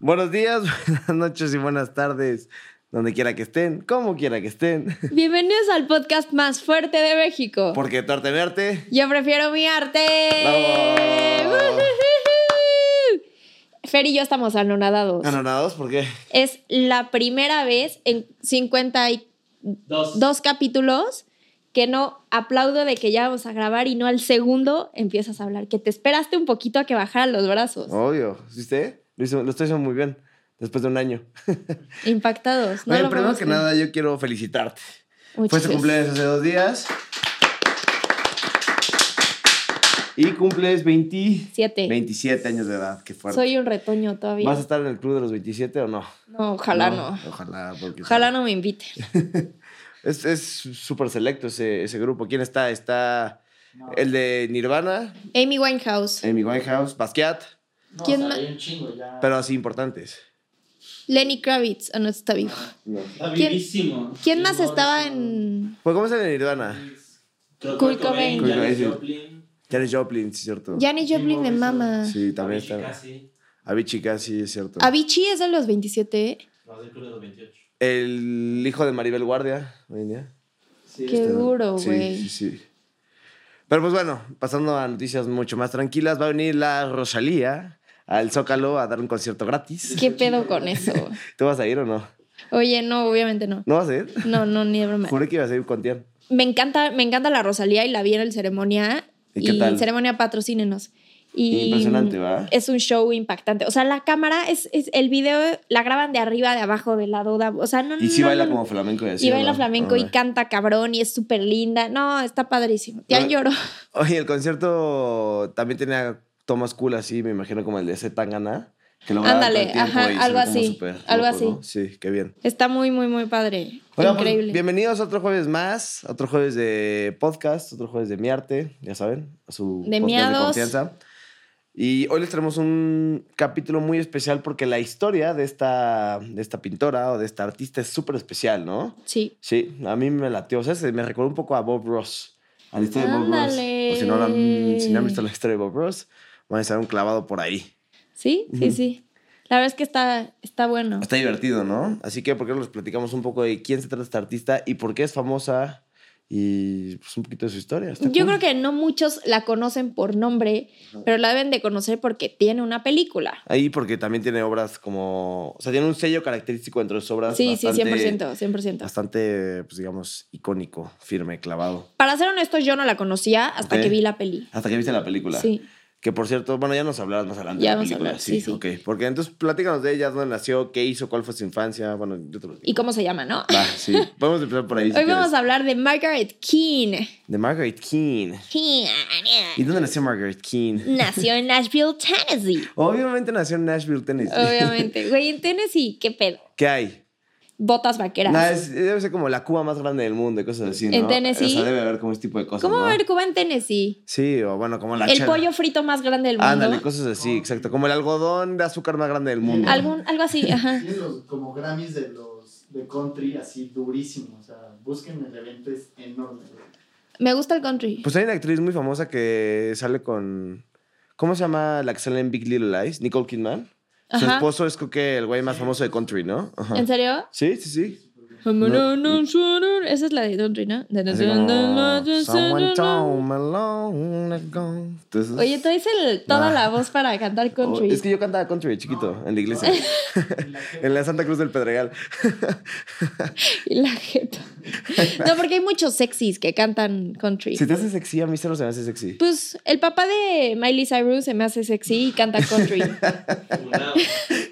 Buenos días, buenas noches y buenas tardes, donde quiera que estén, como quiera que estén. Bienvenidos al podcast más fuerte de México. Porque tu arte me arte. Yo prefiero mi arte. Bravo. Ujujuju. Fer y yo estamos anonadados. Anonados, ¿por qué? Es la primera vez en 52 Dos. capítulos que no aplaudo de que ya vamos a grabar y no al segundo empiezas a hablar. Que te esperaste un poquito a que bajaran los brazos. Obvio. ¿Viste? Lo, hizo- lo estoy haciendo muy bien, después de un año. Impactados. No Oye, lo primero podemos que creer. nada, yo quiero felicitarte. Muchas Fue tu gracias. cumpleaños hace dos días. Y cumples 20, Siete. 27 años de edad, qué fuerte. Soy un retoño todavía. ¿Vas a estar en el club de los 27 o no? No, ojalá no. Ojalá, porque Ojalá no me inviten. Es es súper selecto ese, ese grupo. ¿Quién está? Está el de Nirvana, Amy Winehouse, Amy Winehouse, Basquiat, No, ¿Quién o sea, ma- hay un chingo ya. pero así importantes. Lenny Kravitz, ah, no, está vivo. Está ¿Quién- vivísimo. ¿Quién más Morrison, estaba en...? Pues, ¿cómo es el de Nirvana? Kurt Kurt Cobain. Cobain, Kurt Janis Cobain, sí. Joplin, Janis Joplin, sí, es cierto. Janis Jim Joplin de Morrison. Mama. Sí, también Avicii está. casi. Avicii casi, es cierto. Avicii es de los 27, ¿eh? No, del club de los 28. El hijo de Maribel Guardia, hoy en día. Sí, Qué está- duro, güey. Sí, sí, sí. Pero pues bueno, pasando a noticias mucho más tranquilas, va a venir la Rosalía al Zócalo a dar un concierto gratis. ¿Qué pedo con eso? ¿Tú vas a ir o no? Oye, no, obviamente no. ¿No vas a ir? No, no, ni de broma. Juré que ibas a ir con Tian. Me encanta, me encanta la Rosalía y la vi en el ceremonia. ¿Y qué tal? ceremonia patrocínenos. Y Impresionante, ¿va? Es un show impactante. O sea, la cámara es, es el video, la graban de arriba, de abajo, de lado, de ab- o sea, no, Y sí no, baila no, como flamenco. Y baila flamenco y canta cabrón y es súper linda. No, está padrísimo. Te Ah. lloro. Oye, el concierto también tenía tomas cool así, me imagino como el de Z Tangana. Que lo grabaron todo el Ándale, tiempo ajá, y se ve algo como así, súper algo loco, así. ¿no? Sí, qué bien. Está muy, muy, muy padre. Oigan, pues, Increíble. bienvenidos a otro jueves más, otro jueves de podcast, otro jueves de mi arte, ya saben, a su De podcast de miados. confianza. Y hoy les traemos un capítulo muy especial porque la historia de esta, de esta pintora o de esta artista es súper especial, ¿no? sí. Sí, a mí me latió. O sea, se me recuerda un poco a Bob Ross. A la historia de Bob Ross. Ándale. Por si no, la, han- si no han visto la historia de Bob Ross, van a estar un clavado por ahí. Sí, sí, sí. La verdad es que está, está bueno. Está divertido, ¿no? Así que, ¿por qué no les platicamos un poco de quién se trata esta artista y por qué es famosa? Y pues un poquito de su historia. Está Yo cool. creo que no muchos la conocen por nombre, pero la deben de conocer porque tiene una película. Ahí porque también tiene obras como... O sea, tiene un sello característico entre sus obras. Sí, sí, bastante, 100%, 100%. Bastante, pues digamos, icónico, firme, clavado. Para ser honesto, yo no la conocía hasta Ok. que vi la peli. Hasta que viste la película. Sí. Que por cierto, bueno, ya nos hablarás más adelante. de la Ya vamos a película. hablar, sí, sí, sí. Ok, porque entonces platícanos de ella, dónde nació, qué hizo, cuál fue su infancia. Bueno, yo te lo digo. ¿Y cómo se llama, no? Va, sí. Podemos empezar por ahí. Hoy vamos a hablar de Margaret Keane. De Margaret Keane. ¿Y Keane. dónde nació Margaret Keane? Nació en Nashville, Tennessee. Obviamente nació en Nashville, Tennessee. Obviamente. Güey, en Tennessee, ¿qué pedo? ¿Qué hay? Botas vaqueras. Nada, es- debe ser como la Cuba más grande del mundo y cosas así, ¿no? En Tennessee. O sea, debe haber como este tipo de cosas, ¿Cómo ¿no? va a haber Cuba en Tennessee? Sí, o bueno, como la El chela. pollo frito más grande del mundo. Ándale, cosas así, exacto. Como el algodón de azúcar más grande del mundo. Algún, algo así, ajá. Tienen los como Grammys de los de country así durísimo, o sea, busquen el evento es enorme. güey. Me gusta el country. Pues hay una actriz muy famosa que sale con. ¿Cómo se llama la que sale en Big Little Lies? Nicole Kidman. Pues, Su Ajá. esposo es creo que el güey más famoso de country, ¿no? Ajá. ¿En serio? Sí, sí, sí. Esa es la de country, ¿no? Así como, "Someone told me long ago". Entonces- Oye, tú dices el- toda Ah. la voz para cantar country. Oh, es que yo cantaba country de chiquito en la iglesia. en la Santa Cruz del Pedregal. Y la jeta. No, porque hay muchos sexys que cantan country. Si te hace sexy, a mí se no se me hace sexy. Pues el papá de Miley Cyrus se me hace sexy y canta country. Funado.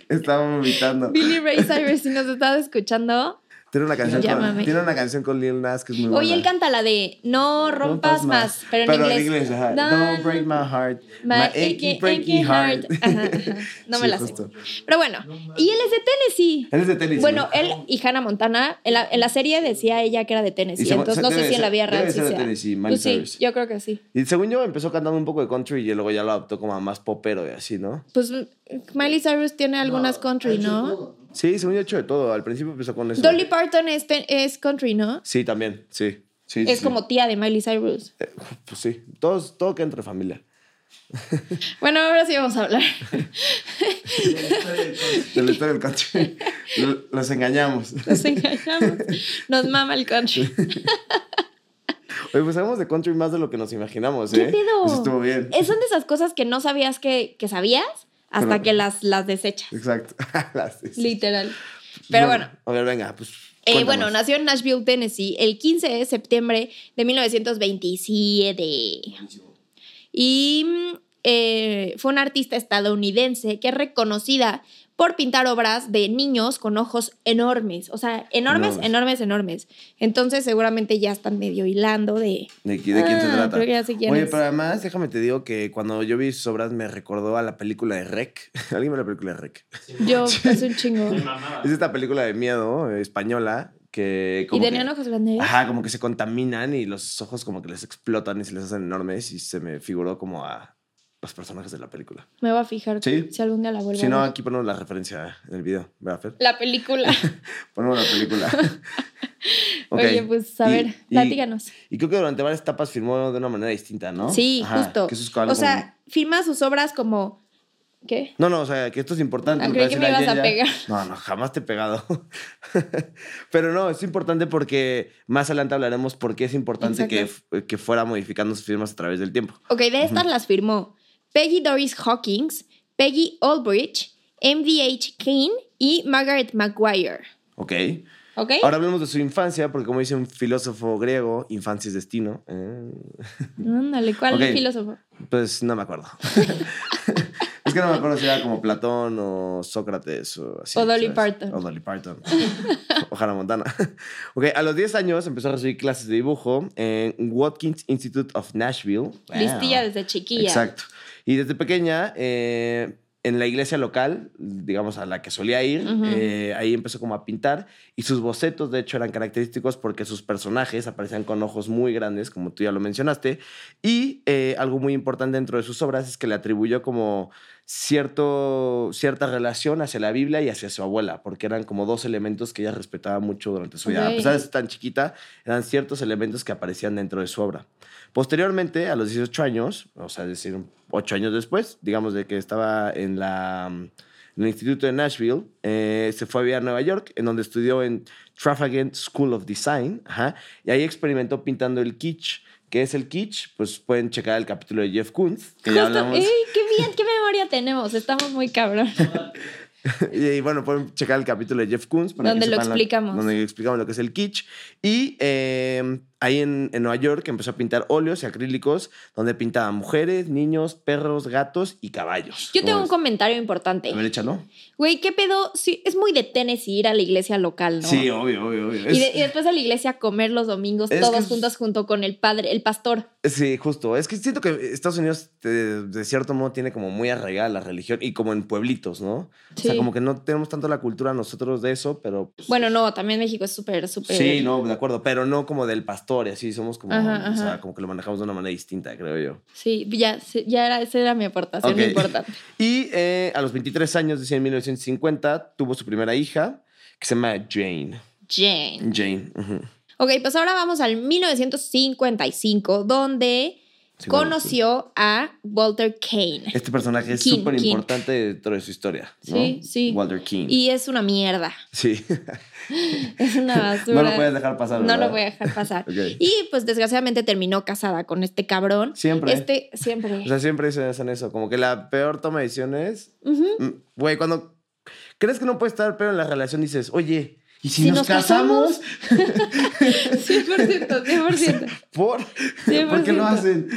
Estaba vomitando. Billy Ray Cyrus, si nos estás escuchando. Tiene una canción con, Llámame. tiene una canción con Lil Nas que es muy buena. Oye, él canta la de No rompas más, pero en inglés. ajá. No, Don't no, break my heart. My achy, achy heart. Ajá, ajá. No me Sí, la sé. justo. Pero bueno, y él es de Tennessee. Él es de Tennessee. Bueno, él y Hannah Montana, en la, en la serie decía ella que era de Tennessee, Y se- entonces se- no sé debe si en la ser- vida real debe sí ser de sea. Tennessee, Miley Pues sí, Cyrus. yo creo que sí. Y según yo empezó cantando un poco de country y luego ya lo adoptó como a más popero y así, ¿no? Pues Miley Cyrus tiene algunas country, Ha hecho ¿no? todo, ¿no? Sí, según yo hecho de todo. Al principio empezó con eso. Dolly Parton es, pe- es country, ¿no? Sí, también, sí. Sí, es sí. como tía de Miley Cyrus. Pues sí, todos, todo que entre familia. Bueno, ahora sí vamos a hablar. La historia del country. De la historia del country. Lo- Los engañamos. Nos engañamos. Nos mama el country. Oye, pues sabemos de country más de lo que nos imaginamos, ¿Qué ¿eh? pedo? Eso estuvo bien. Es, Eh, son de esas cosas que no sabías que, que sabías hasta Pero- que las, las desechas. Exacto. Las- Literal. Pero bueno. A ver, venga, pues. Eh, cuéntanos. bueno, nació en Nashville, Tennessee, el 15 de septiembre de 1927. Y mm, eh, fue una artista estadounidense que es reconocida por pintar obras de niños con ojos enormes. O sea, enormes, Enormes. enormes, enormes. Entonces, seguramente ya están medio hilando de. ¿De, qui- de quién se Ah, trata? Creo que ya sé quién Oye, es. pero además, déjame te digo que cuando yo vi sus obras me recordó a la película de Rec. ¿Alguien vio la película de Rec? Sí, Yo, es un chingo. me mamaba. Es esta película de miedo eh, española que. ¿Y como tenían que- ojos grandes? Ajá, como que se contaminan y los ojos como que les explotan y se les hacen enormes y se me figuró como a los personajes de la película. Me voy a fijar Sí. si algún día la vuelvo Si no, a ver. aquí ponemos la referencia en el video, ¿verdad, Fer? La película. Ponemos la película. Ok. Oye, pues a Y- ver, y- platícanos. Y creo que durante varias etapas firmó de una manera distinta, ¿no? Sí, justo. que eso es algo O sea, firma sus obras como. ¿Qué? como- No, no, o sea, que esto es importante. Ah, lo creí que voy me decir ibas a Yella. pegar. No, no, jamás te he pegado. Pero no, es importante porque más adelante hablaremos por qué es importante que, f- que fuera modificando sus firmas a través del tiempo. Ok, de estas las firmó Peggy Doris Hawkins, Peggy Aldrich, MDH King y Margaret Maguire. ¿Ok? ¿Ok? Ahora hablemos de su infancia, porque como dice un filósofo griego, infancia es destino. Eh, Ándale, ¿cuál Ok. filósofo? pues no me acuerdo. es que no me acuerdo si era como Platón o Sócrates o así. O Dolly ¿sabes? Parton. O Dolly Parton. o Hannah Montana. ok, a los 10 años empezó a recibir clases de dibujo en Watkins Institute of Nashville. Listilla Wow. desde chiquilla. Exacto. Y desde pequeña, eh, en la iglesia local, digamos a la que solía ir, Ujú. eh, ahí empezó como a pintar y sus bocetos de hecho eran característicos porque sus personajes aparecían con ojos muy grandes, como tú ya lo mencionaste, y eh, algo muy importante dentro de sus obras es que le atribuyó como cierto, cierta relación hacia la Biblia y hacia su abuela, porque eran como dos elementos que ella respetaba mucho durante su vida. Ok. A pesar de ser tan chiquita, eran ciertos elementos que aparecían dentro de su obra. Posteriormente, a los 18 años, o sea, es decir, 8 años después, digamos de que estaba en la mm, en el Instituto de Nashville, eh, se fue a vivir a Nueva York, en donde estudió en Trafalgar School of Design, ajá, y ahí experimentó pintando el kitsch. ¿Qué es el kitsch? Pues pueden checar el capítulo de Jeff Koons, que ya Justo, hablamos. ¡Ey, qué bien! ¿Qué memoria tenemos? Estamos muy cabrón. Y, y bueno, pueden checar el capítulo de Jeff Koons. para que Donde lo sepan la- explicamos. donde explicamos lo que es el kitsch. Y eh, ahí en, en Nueva York empezó a pintar óleos y acrílicos, donde pintaba mujeres, niños, perros, gatos y caballos. Yo tengo ¿Cómo un ves? comentario importante. A ver, échalo. Güey, ¿qué pedo? Sí, es muy de Tennessee ir a la iglesia local, ¿no? Sí, obvio, obvio, obvio. Y, de- Es- y después a la iglesia a comer los domingos, Es que todos es- juntos junto con el padre, el pastor. Sí, justo. Es que siento que Estados Unidos, eh, de, cierto modo, tiene como muy arraigada la religión y como en pueblitos, ¿no? O sea, Sí. como que no tenemos tanto la cultura nosotros de eso, pero. pues, Bueno, no, también México es súper, súper. Sí, no, de acuerdo, pero no como del pastor y así, somos como, Eh, Ajá, o sea, ajá. como que lo manejamos de una manera distinta, creo yo. Sí, ya, se- ya era, esa era mi aportación Ok. importante. Y eh, a los 23 años, decía en 1950, tuvo su primera hija, que se llama Jane. Jane. Jane. ujú. Ok, pues ahora vamos al 1955, donde Sí, conoció a Walter Kane. Este personaje es King, súper importante dentro de su historia. ¿no? Sí, sí. Walter King. Y es una mierda. Sí. Es una basura. no lo puedes dejar pasar. No ¿verdad? lo voy a dejar pasar. Ok. Y pues desgraciadamente terminó casada con este cabrón. Siempre. Este siempre. O sea, siempre se hacen eso. Como que la peor toma de decisiones. Ujú. mm, Güey, cuando crees que no puede estar pero en la relación, dices, oye, ¿y si, Si nos, nos casamos? 100%, 100%. ¿Por? ¿Por qué lo 100%. hacen?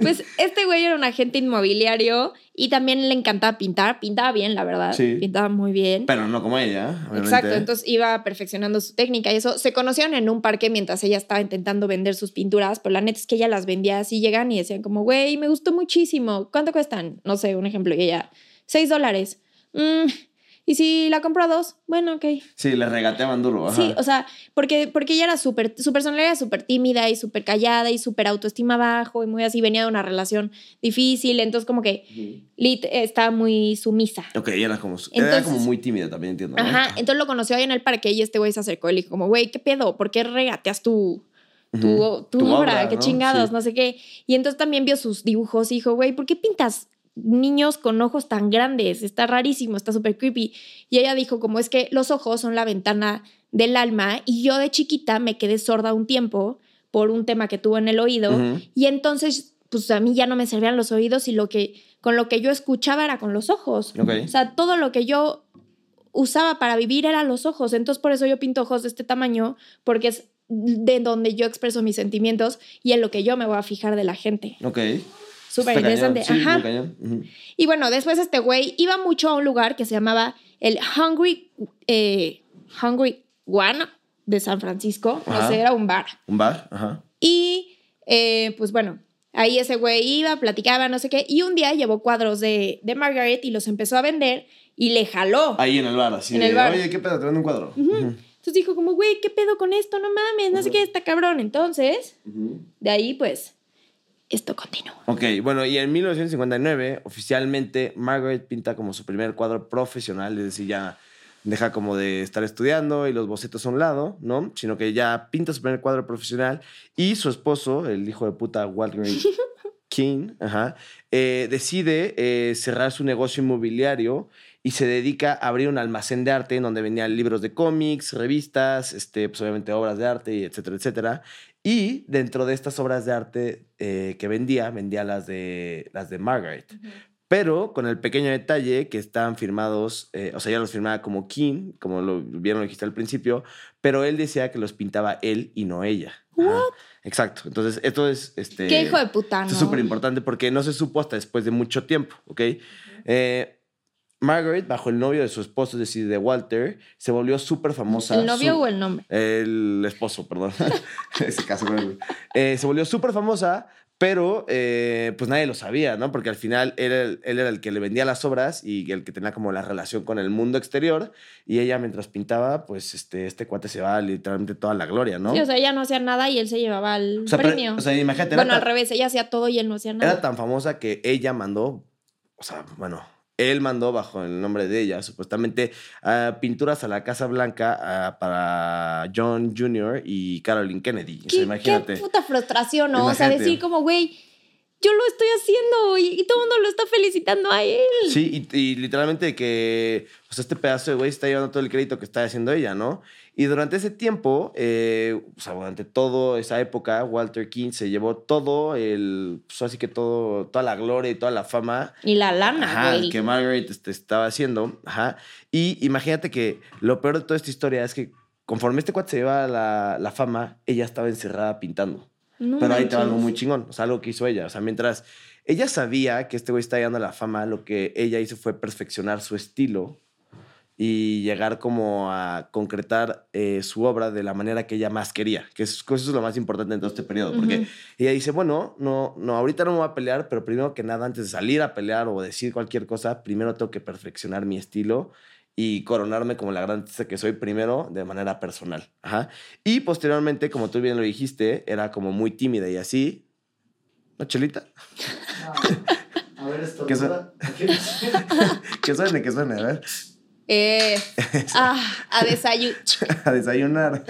Pues este güey era un agente inmobiliario y también le encantaba pintar. Pintaba bien, la verdad. Sí. Pintaba muy bien. Pero no como ella. obviamente. ¿eh? Exacto, entonces iba perfeccionando su técnica y eso. Se conocieron en un parque mientras ella estaba intentando vender sus pinturas, pero la neta es que ella las vendía así, llegan y decían como, güey, me gustó muchísimo, ¿cuánto cuestan? No sé, un ejemplo, y ella, seis dólares. "Mm, y si la compro a dos, bueno, ok. Sí, le regateaban duro. Ajá. Sí, o sea, porque, porque ella era súper, su personalidad era súper tímida y súper callada y súper autoestima bajo y muy así, venía de una relación difícil, entonces como que Lit estaba muy sumisa. Ok, ella era como, era Entonces- como muy tímida también, entiendo. ¿no? Ajá, entonces lo conoció ahí en el parque y este güey se acercó y le dijo como, güey, ¿qué pedo? ¿Por qué regateas tu, Ujú. tu, tu Tu obra, obra, qué ¿no? chingados, Sí. no sé qué. Y entonces también vio sus dibujos y dijo, güey, ¿por qué pintas niños con ojos tan grandes? Está rarísimo, está súper creepy. Y ella dijo, como es que los ojos son la ventana del alma y yo de chiquita me quedé sorda un tiempo por un tema que tuvo en el oído Ujú. y entonces pues a mí ya no me servían los oídos y lo que con lo que yo escuchaba era con los ojos. Ok. O sea, todo lo que yo usaba para vivir era los ojos. Entonces, por eso yo pinto ojos de este tamaño, porque es de donde yo expreso mis sentimientos y en lo que yo me voy a fijar de la gente. Ok. Súper Está cañón. interesante. Sí, muy Ajá. cañón. Ujú. Y bueno, después este güey iba mucho a un lugar que se llamaba el Hungry, eh, Hungry One de San Francisco. Ajá. No sé, era un bar. Un bar, ajá. Y eh, pues bueno, ahí ese güey iba, platicaba, no sé qué. Y un día llevó cuadros de, de Margaret y los empezó a vender y le jaló. Ahí en el bar, así. En de, el bar. Oye, ¿qué pedo? Te vendo un cuadro. Entonces dijo como, güey, ¿qué pedo con esto? No mames, no sé qué, está cabrón. Entonces, Ujú. Ujú. de ahí pues, esto continúa. Ok, bueno, y en 1959, oficialmente, Margaret pinta como su primer cuadro profesional, es decir, ya deja como de estar estudiando y los bocetos a un lado, ¿no? Sino que ya pinta su primer cuadro profesional y su esposo, el hijo de puta Walgrave King, ajá, eh, decide eh, cerrar su negocio inmobiliario y se dedica a abrir un almacén de arte en donde vendían libros de cómics, revistas, este, pues obviamente obras de arte, y etcétera, etcétera. Y dentro de estas obras de arte eh, que vendía, vendía las de, las de Margaret. Pero con el pequeño detalle que están firmados, eh, o sea, ya los firmaba como King, como lo vieron, lo dijiste al principio, pero él decía que los pintaba él y no ella. Ajá. Exacto. Entonces, esto es... Este, ¿Qué hijo de puta, no? esto es súper importante porque no se supo hasta después de mucho tiempo, ¿ok? Eh, Margaret, bajo el novio de su esposo, es decir, de Walter, se volvió súper famosa. ¿El novio su- o el nombre? el esposo, perdón. Ese caso, güey. Eh, se volvió súper famosa, pero eh, pues nadie lo sabía, ¿no? Porque al final era el- él era el que le vendía las obras y el que tenía como la relación con el mundo exterior. Y ella, mientras pintaba, pues este, este cuate se va literalmente toda la gloria, ¿no? Sí, o sea, ella no hacía nada y él se llevaba el O sea, pero- premio. o sea, imagínate. era bueno, al tan- revés, ella hacía todo y él no hacía era nada. tan famosa que ella mandó, o sea, bueno, él mandó bajo el nombre de ella, supuestamente, ah, pinturas a la Casa Blanca ah, para John Jr. y Caroline Kennedy. O sea, ¿Qué, imagínate. qué puta frustración, ¿no? O Imagínate. sea, decir como, güey, yo lo estoy haciendo y, y todo el mundo lo está felicitando a él. Sí, y, y literalmente que pues este pedazo de güey se está llevando todo el crédito que está haciendo ella, ¿no? Y durante ese tiempo, eh, o sea, durante toda esa época, Walter King se llevó todo el, pues así que todo, toda la gloria y toda la fama Y la Ajá, lana, el güey. que Margaret este, estaba haciendo. Ajá. Y imagínate que lo peor de toda esta historia es que conforme este cuate se lleva la, la fama, ella estaba encerrada pintando. No Pero ahí te va manches. algo muy chingón. O sea, algo que hizo ella. O sea, mientras ella sabía que este güey estaba llegando a la fama, lo que ella hizo fue perfeccionar su estilo y llegar como a concretar eh, su obra de la manera que ella más quería, que es- que eso es lo más importante en todo este periodo, porque Ujú. ella dice, bueno, no, no, ahorita no me voy a pelear, pero primero que nada, antes de salir a pelear o decir cualquier cosa, primero tengo que perfeccionar mi estilo y coronarme como la gran artista que soy primero de manera personal. Ajá. Y posteriormente, como tú bien lo dijiste, era como muy tímida y así. ¿No, Chelita? No, Ah, a ver, esto. ¿Qué Que suene, que suene, a ver. Eh, ah, a desayuno. a desayunar.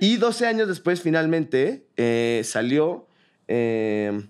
y 12 años después, finalmente, eh, salió eh,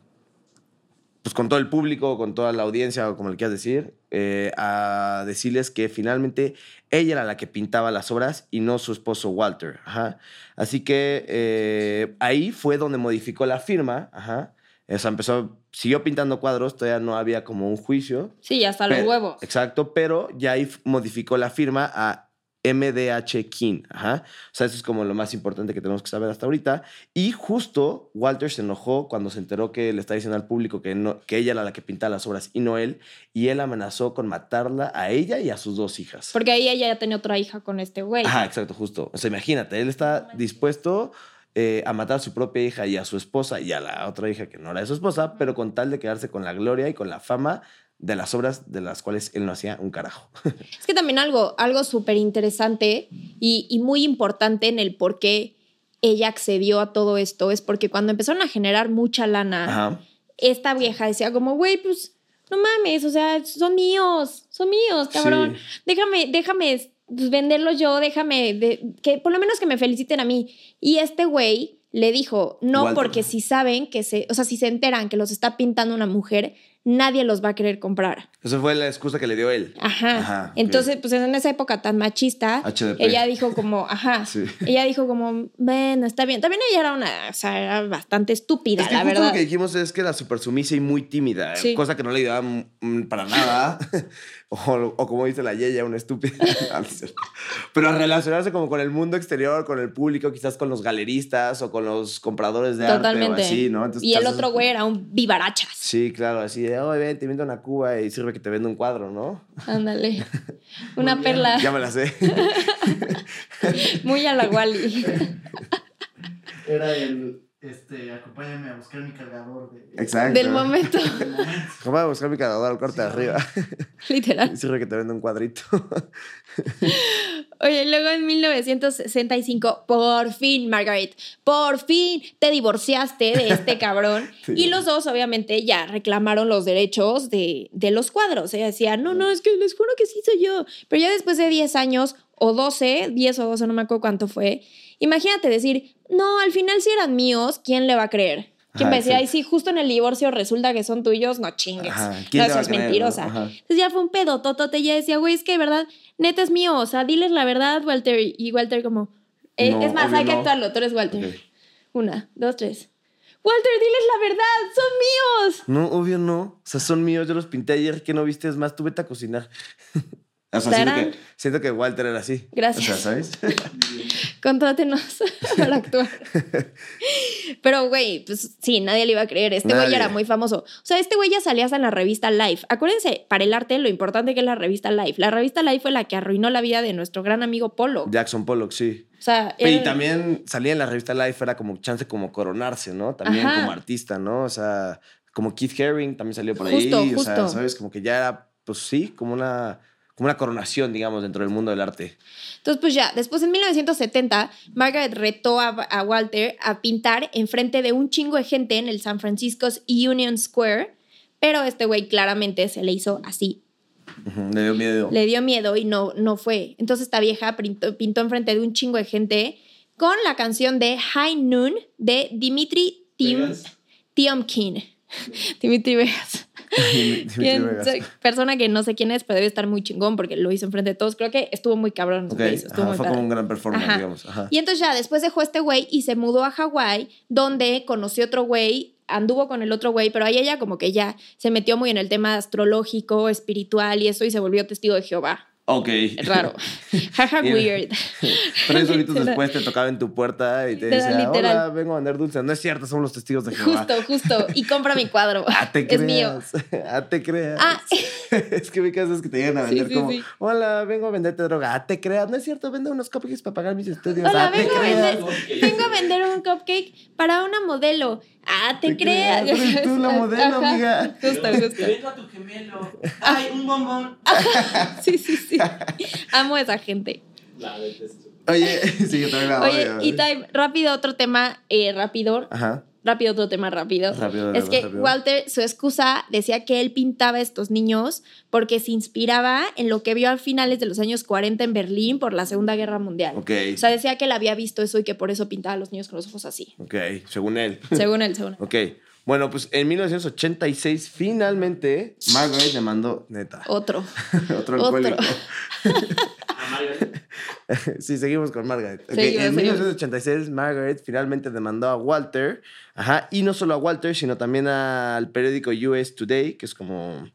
pues con todo el público, con toda la audiencia, o como le quieras decir, eh, a decirles que finalmente ella era la que pintaba las obras y no su esposo Walter. Ajá. Así que eh, ahí fue donde modificó la firma. Ajá. O sea, empezó, siguió pintando cuadros, todavía no había como un juicio. Sí, hasta los Pero- huevos. Exacto, pero ya ahí f- modificó la firma a MDH King. Ajá. O sea, eso es como lo más importante que tenemos que saber hasta ahorita. Y justo Walter se enojó cuando se enteró que le está diciendo al público que, no, que ella era la que pintaba las obras y no él. Y él amenazó con matarla a ella y a sus dos hijas. Porque ahí ella ya tenía otra hija con este güey. Ajá, exacto, justo. O sea, imagínate, él está dispuesto eh, a matar a su propia hija y a su esposa y a la otra hija que no era de su esposa, pero con tal de quedarse con la gloria y con la fama de las obras de las cuales él no hacía un carajo. Es que también algo, algo súper interesante y, y muy importante en el por qué ella accedió a todo esto es porque cuando empezaron a generar mucha lana, Ajá. esta vieja decía como, güey, pues no mames, o sea, son míos, son míos, cabrón. Sí. Déjame, déjame pues, venderlos yo, déjame, de- que por lo menos que me feliciten a mí. Y este güey le dijo, no, Walter. porque si saben que se, o sea, si se enteran que los está pintando una mujer, nadie los va a querer comprar. Esa fue la excusa que le dio él. Ajá. Ajá, ok. Entonces, pues en esa época tan machista, HDP. ella dijo como, ajá, Sí. ella dijo como, bueno, está bien. También ella era una, o sea, era bastante estúpida, Es que la justo verdad. lo que dijimos es que era súper sumisa y muy tímida, eh, Sí. cosa que no le ayudaba mm, para nada. o, o como dice la Yeya, una estúpida. No, no es cierto. Pero a relacionarse como con el mundo exterior, con el público, quizás con los galeristas o con los compradores de arte Totalmente. o así, ¿no? Entonces, y el te haces- otro güey era un vivarachas. Sí, claro, así de, oye, ven, te vendo una cuba y sirve que te vendo un cuadro, ¿no? Ándale. Una Muy bien. perla Ya me la sé. muy a la Wally. Era el, este, acompáñame a buscar mi cargador. De, Exacto. Del momento, del momento. Vamos a buscar mi cargador al corte de arriba. literal. Y sirve que te vendo un cuadrito. Oye, y luego en 1965, por fin, Margaret, por fin te divorciaste de este cabrón. Sí. Y los dos, obviamente, ya reclamaron los derechos de, de los cuadros. Ella decía, no, no, es que les juro que sí soy yo. Pero ya después de 10 años, o 12, 10 o 12, no me acuerdo cuánto fue, imagínate decir, no, al final si eran míos, ¿quién le va a creer? Ajá, ¿Quién va a decir, exacto. ay, sí, justo en el divorcio resulta que son tuyos? No chingues. Ajá, No, te eso va a creer, es no? mentirosa. Ajá. Entonces ya fue un pedo, totote. Ya decía, güey, es que de verdad, neta es mío. O sea, diles la verdad, Walter. Y Walter, como, eh, No, es más, obvio hay que no. actuarlo. Tú eres Walter. Ok. Una, dos, tres. Walter, diles la verdad, son míos. No, obvio no. O sea, son míos, yo los pinté ayer, que no viste, es más, tú vete a cocinar. o sea, siento Tarán. que, siento que Walter era así. Gracias. O sea, ¿sabes? Contrátenos para actuar. Pero, güey, pues sí, nadie le iba a creer. Este güey Nadie. ya era muy famoso. O sea, este güey ya salía hasta en la revista Life. Acuérdense, para el arte, lo importante que es la revista Life. La revista Life fue la que arruinó la vida de nuestro gran amigo Polo. Jackson Pollock, sí. O sea, Y era- también salía en la revista Life, era como chance como coronarse, ¿no? También Ajá. como artista, ¿no? O sea, como Keith Haring también salió por Justo, ahí. O justo. sea, ¿sabes? Como que ya era, pues sí, como una, como una coronación, digamos, dentro del mundo del arte. Entonces, pues ya, después en 1970, Margaret retó a, a Walter a pintar enfrente de un chingo de gente en el San Francisco's Union Square, pero este güey claramente se le hizo así. Ujú, Le dio miedo. Le dio miedo y no, no fue. Entonces esta vieja pintó, pintó enfrente de un chingo de gente con la canción de High Noon de Dimitri Tim, Vegas. Tiomkin. Dimitri Vegas. Dimitri Bien, Vegas. soy persona que no sé quién es, pero debe estar muy chingón porque lo hizo enfrente de todos. Creo que estuvo muy cabrón. lo Ok, que hizo, estuvo ajá, muy fue padre. como un gran performance, Ajá. digamos. Ajá. Y entonces ya después dejó este güey y se mudó a Hawái, donde conoció otro güey, anduvo con el otro güey, pero ahí ella como que ya se metió muy en el tema astrológico, espiritual y eso y se volvió testigo de Jehová. Ok. Es raro. Jaja, Bien. weird. Tres horitos Literal. después te tocaba en tu puerta y te Literal, decía, literal. hola, vengo a vender dulces. No es cierto, somos los testigos de Jehová. Justo, justo. Y compra mi cuadro. Ah, te Es mío. creas. Ah, te creas. Ah. es que mi casa es que te llegan a Sí, vender sí, como, sí. hola, vengo a venderte droga. Ah, te creas. No es cierto, vendo unos cupcakes para pagar mis estudios. Hola, Ah, te vengo a creas. vender. Vengo a vender un cupcake para una modelo. Ah, te, Te creas. creas, eres tú la modelo, Ajá. amiga. Justo, Te justo. vendo a tu gemelo. ¡Ay, un bombón! Sí, sí, sí. Amo a esa gente. La detesto. Oye, sí, yo también la Oye, odio. y time, rápido otro tema, eh, rápido, Ajá. rápido otro tema rápido. Rápido, Es rápido, que rápido. Walter, su excusa decía que él pintaba a estos niños porque se inspiraba en lo que vio a finales de los años 40 en Berlín por la Segunda Guerra Mundial. Ok. O sea, decía que él había visto eso y que por eso pintaba a los niños con los ojos así. Ok, según él. Según él, según él. Ok. Bueno, pues en 1986, finalmente, Margaret le mandó, neta, Otro. otro otro. alcohólico. A ¿eh? Margaret. Sí, seguimos con Margaret. Ok, Seguimos, en seguimos. 1986, Margaret finalmente demandó a Walter. Ajá, y no solo a Walter, sino también al periódico US Today, que es como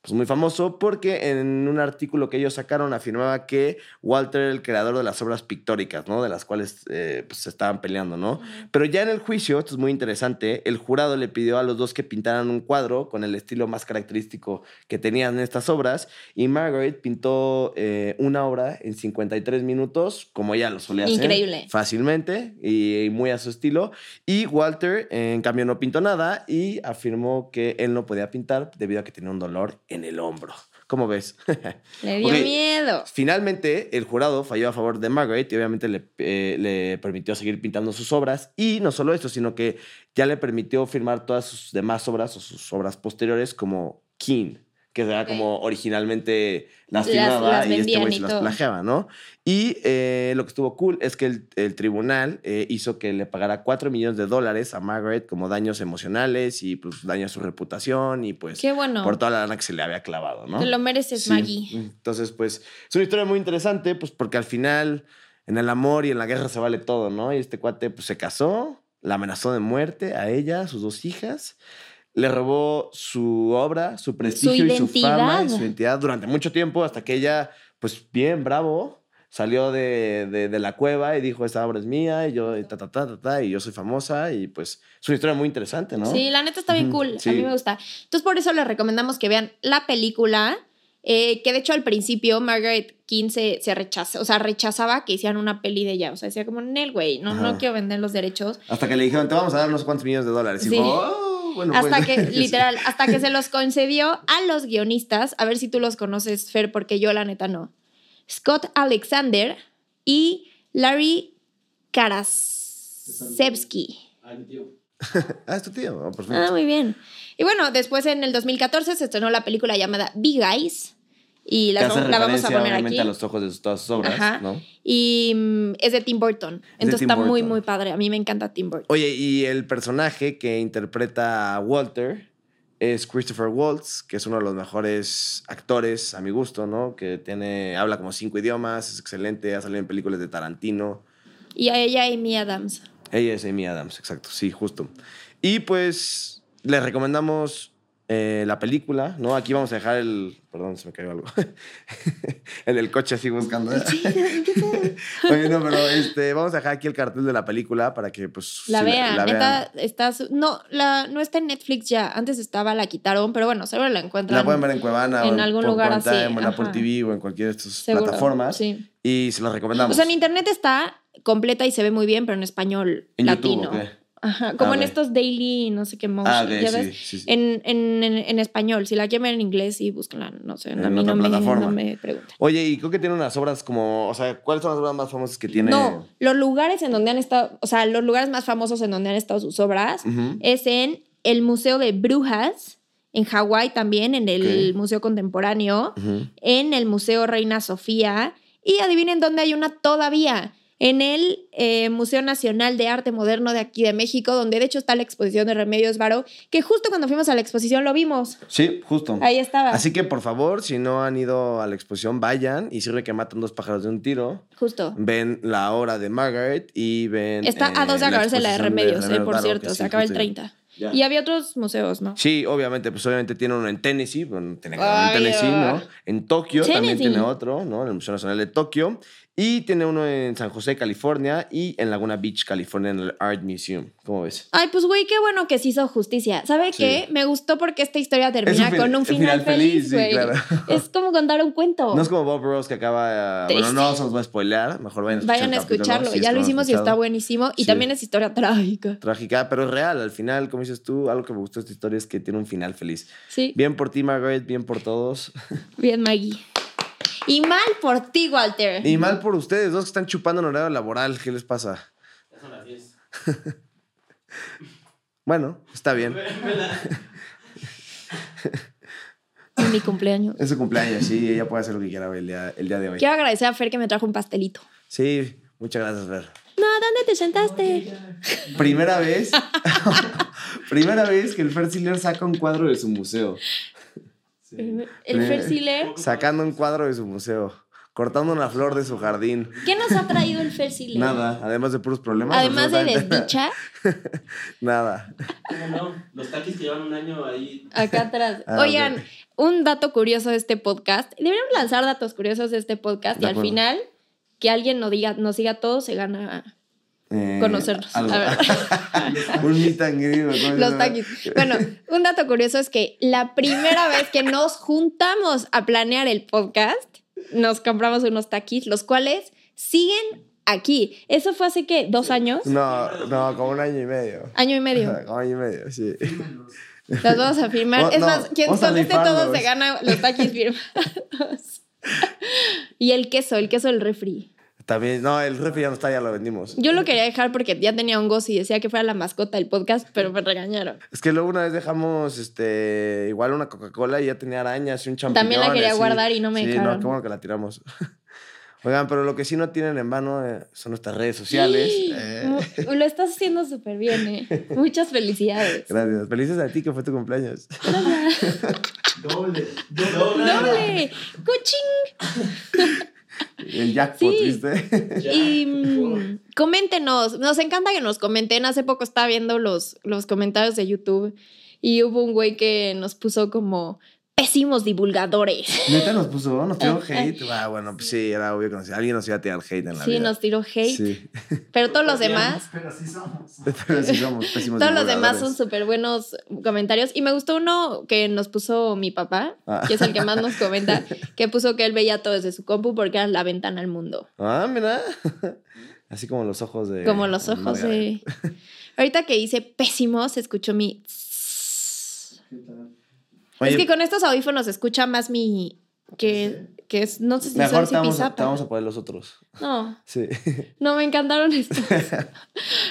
pues, muy famoso, porque en un artículo que ellos sacaron afirmaba que Walter era el creador de las obras pictóricas, ¿no? De las cuales eh, pues, se estaban peleando, ¿no? Pero ya en el juicio, esto es muy interesante, el jurado le pidió a los dos que pintaran un cuadro con el estilo más característico que tenían en estas obras y Margaret pintó eh, una obra en 53 minutos, como ella lo solía hacer. Increíble. Fácilmente y, y muy a su estilo. Y Walter, en cambio, no pintó nada y afirmó que él no podía pintar debido a que tenía un dolor en el hombro. ¿Cómo ves? Le dio Ok. miedo. Finalmente, el jurado falló a favor de Margaret y obviamente le, eh, le permitió seguir pintando sus obras. Y no solo eso, sino que ya le permitió firmar todas sus demás obras o sus obras posteriores como King, que era Ok. como originalmente las Las- firmaba las y este vendían güey y se las todo. plagiaba, ¿no? Y eh, lo que estuvo cool es que el, el tribunal eh, hizo que le pagara 4 millones de dólares a Margaret como daños emocionales y pues daño a su reputación y pues Qué bueno. por toda la lana que se le había clavado, ¿no? Te lo mereces, Sí. Maggie. Entonces, pues, es una historia muy interesante, pues, porque al final, en el amor y en la guerra se vale todo, ¿no? Y este cuate, pues, se casó, la amenazó de muerte a ella, a sus dos hijas, le robó su obra, su prestigio y su fama y identidad. su identidad durante mucho tiempo, hasta que ella, pues, bien, bravo, salió de, de- de la cueva y dijo, esta obra es mía, y yo, y ta, ta, ta, ta, ta, y yo soy famosa, y pues, es una historia muy interesante, ¿no? Sí, la neta está bien Ujú, cool. sí. A mí me gusta. Entonces, por eso les recomendamos que vean la película. eh, que de hecho al principio Margaret King se, se rechaza, o sea, rechazaba que hicieran una peli de ella. O sea, decía como, Nel, güey, no, Ajá. no quiero vender los derechos. Hasta que le dijeron, te vamos a dar unos cuantos millones de dólares. Y Sí. dijo, "Oh, bueno, hasta pues". que, literal, hasta que se los concedió a los guionistas. A ver si tú los conoces, Fer, porque yo la neta no. Scott Alexander y Larry Karasevsky. Ay, mi tío. Ah, es tu tío. Ah, perfecto. Ah, muy bien. Y bueno, después en el 2014 se estrenó la película llamada Big Eyes. Y Que la, hace la vamos a referencia, poner aquí. obviamente, a los ojos de sus- todas sus obras, Ajá. ¿no? Y mm, es de Tim Burton. Entonces Tim está muy, Burton. muy padre. A mí me encanta Tim Burton. Oye, y el personaje que interpreta a Walter es Christopher Waltz, que es uno de los mejores actores, a mi gusto, ¿no? Que tiene, habla como cinco idiomas, es excelente, ha salido en películas de Tarantino. Y a ella Amy Adams. Ella es Amy Adams, exacto, sí, justo. Y pues les recomendamos eh, la película, ¿no? Aquí vamos a dejar el... Perdón, se me cayó algo. el del coche así buscando. Oye, no, pero este, vamos a dejar aquí el cartel de la película para que pues... La sí vean, la neta, está. su- No, la, no está en Netflix ya. Antes estaba, la quitaron, pero bueno, seguro la encuentran. La pueden ver en Cuevana o en algún por lugar cuenta, así, En Apple ajá. TV o en cualquiera de estas seguro, plataformas. Sí. Y se las recomendamos. O sea, en internet está completa y se ve muy bien, pero en español ¿En latino. YouTube, ¿o qué? Ajá, como Ah, en ok. estos daily, no sé qué motion, Ah, ok, ¿ya ves? sí, sí, sí. En, en, en, en español, si la quieren ver en inglés, sí, búsquenla, no sé, En a mí otra no me, plataforma. no me preguntan. Oye, y creo que tiene unas obras como... O sea, ¿cuáles son las obras más famosas que tiene? No, los lugares en donde han estado, o sea, los lugares más famosos en donde han estado sus obras Ujú. es en el Museo de Brujas, en Hawái también, en el Ok. Museo Contemporáneo, Ujú. en el Museo Reina Sofía, y adivinen dónde hay una todavía. En el eh, Museo Nacional de Arte Moderno de aquí de México, donde de hecho está la exposición de Remedios Varo, que justo cuando fuimos a la exposición lo vimos. Sí, justo. Ahí estaba. Así que, por favor, si no han ido a la exposición, vayan y sirve que matan dos pájaros de un tiro. Justo. Ven la obra de Margaret y ven. Está a eh, dos de acabarse la de exposición remedios, eh, Remedios por Varo, cierto. que Se sí, acaba el justo. 30. Ya. Y había otros museos, ¿no? Sí, obviamente, pues obviamente tiene uno en Tennessee, bueno, tiene que haber Obvio. en Tennessee, ¿no? En Tokio también Tennessee. tiene otro, ¿no? En el Museo Nacional de Tokio. Y tiene uno en San José, California y en Laguna Beach, California, en el Art Museum. ¿Cómo ves? Ay, pues güey, qué bueno que se hizo justicia. ¿Sabe Sí. qué? Me gustó porque esta historia termina Es un fin- con un un final, final feliz, feliz, sí, güey. claro. Es como contar un cuento. No es como Bob Ross que acaba. eh, Bueno, Oh. Triste. no se los voy a spoilear, mejor vayan a escuchar. Vayan a el capítulo, escucharlo. si es ya que lo no han hicimos y está escuchado. buenísimo. Y Sí. también es historia trágica. Trágica, pero es real. Al final, como dices tú, algo que me gustó de esta historia es que tiene un final feliz. Sí, Bien por ti, Margaret, bien por todos. bien, Maggie. Y mal por ti, Walter. Y mal por ustedes, dos que están chupando en horario laboral. ¿Qué les pasa? Ya son las 10. Bueno, está bien. En mi cumpleaños. Es su cumpleaños, sí, ella puede hacer lo que quiera el día, el día de hoy. Quiero agradecer a Fer que me trajo un pastelito. Sí, muchas gracias, Fer. No, ¿dónde te sentaste? Primera vez, primera vez que el Fer Siller saca un cuadro de su museo. El Fer Eh. Siler. Sacando un cuadro de su museo, cortando una flor de su jardín. ¿Qué nos ha traído el Fer Siler? Nada, además de puros problemas. Además de absolutamente desdicha, Nada. ¿Cómo no? Los taquis que llevan un año ahí. acá atrás. Ah, Oigan, ok. un dato curioso de este podcast. Deberíamos lanzar datos curiosos de este podcast De y al acuerdo. final que alguien nos diga, nos diga todo se gana Eh, conocernos. algo. A ver, Un meet and greet, ¿no? ¿Cómo se los llama? taquis. Bueno, un dato curioso es que la primera vez que nos juntamos a planear el podcast, nos compramos unos taquis, los cuales siguen aquí. Eso fue hace que dos años, No, no, como un año y medio. año y medio. Como un año y medio, sí. Fírmenlos. Los vamos a firmar. No, es no, más, quien vamos a conteste rifarlos. todo se gana los taquis firmados. y el queso, el queso del refri. También, no, el refri ya no está, ya lo vendimos. Yo lo quería dejar porque ya tenía hongos y decía que fuera la mascota del podcast, pero me regañaron. Es que luego una vez dejamos este igual una Coca-Cola y ya tenía arañas y un champiñón. También la quería así. guardar y no me sí, dejaron. no, qué bueno que la tiramos. Oigan, pero lo que sí no tienen en vano eh, son nuestras redes sociales. Eh, Mu- Lo estás haciendo súper bien, ¿eh? Muchas felicidades. Gracias. Felices a ti que fue tu cumpleaños. Doble. Doble. ¡Doble! ¡Cuchín! El jackpot, Sí. ¿viste? Ya. Y mm, coméntenos, nos encanta que nos comenten. Hace poco estaba viendo los, los comentarios de YouTube y hubo un güey que nos puso como pésimos divulgadores. Neta nos puso, nos tiró Ay, ay. hate. Ah, bueno, pues sí, era obvio que nos- alguien nos iba a tirar hate en la eh. Sí, vida. nos tiró hate, Sí, pero todos los Bien. demás Pero así somos. pero sí somos pésimos Todos los demás divulgadores. son súper buenos comentarios. Y me gustó uno que nos puso mi papá, Ah. que es el que más nos comenta, que puso que él veía todo desde su compu porque era la ventana al mundo. Ah, mira. Así como los ojos de... Como los ojos Margaret. de. Ahorita que hice pésimo, se escuchó mi. ¿Qué tal? Oye, es que con estos audífonos se escucha más mi. que, que es, no sé si mejor son te vamos, a, zipizapa. te vamos a poner los otros. No, Sí. no me encantaron estos.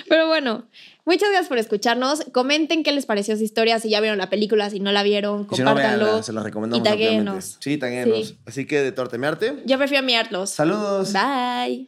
Pero bueno, muchas gracias por escucharnos. Comenten qué les pareció esa historia, si ya vieron la película, si no la vieron, Y Si no, compártanlo. véanla, se los recomendamos. y ampliamente. taguéenos. Sí, taguéenos. Sí. Así que de tortemearte. Yo prefiero mirarlos. Saludos. Bye.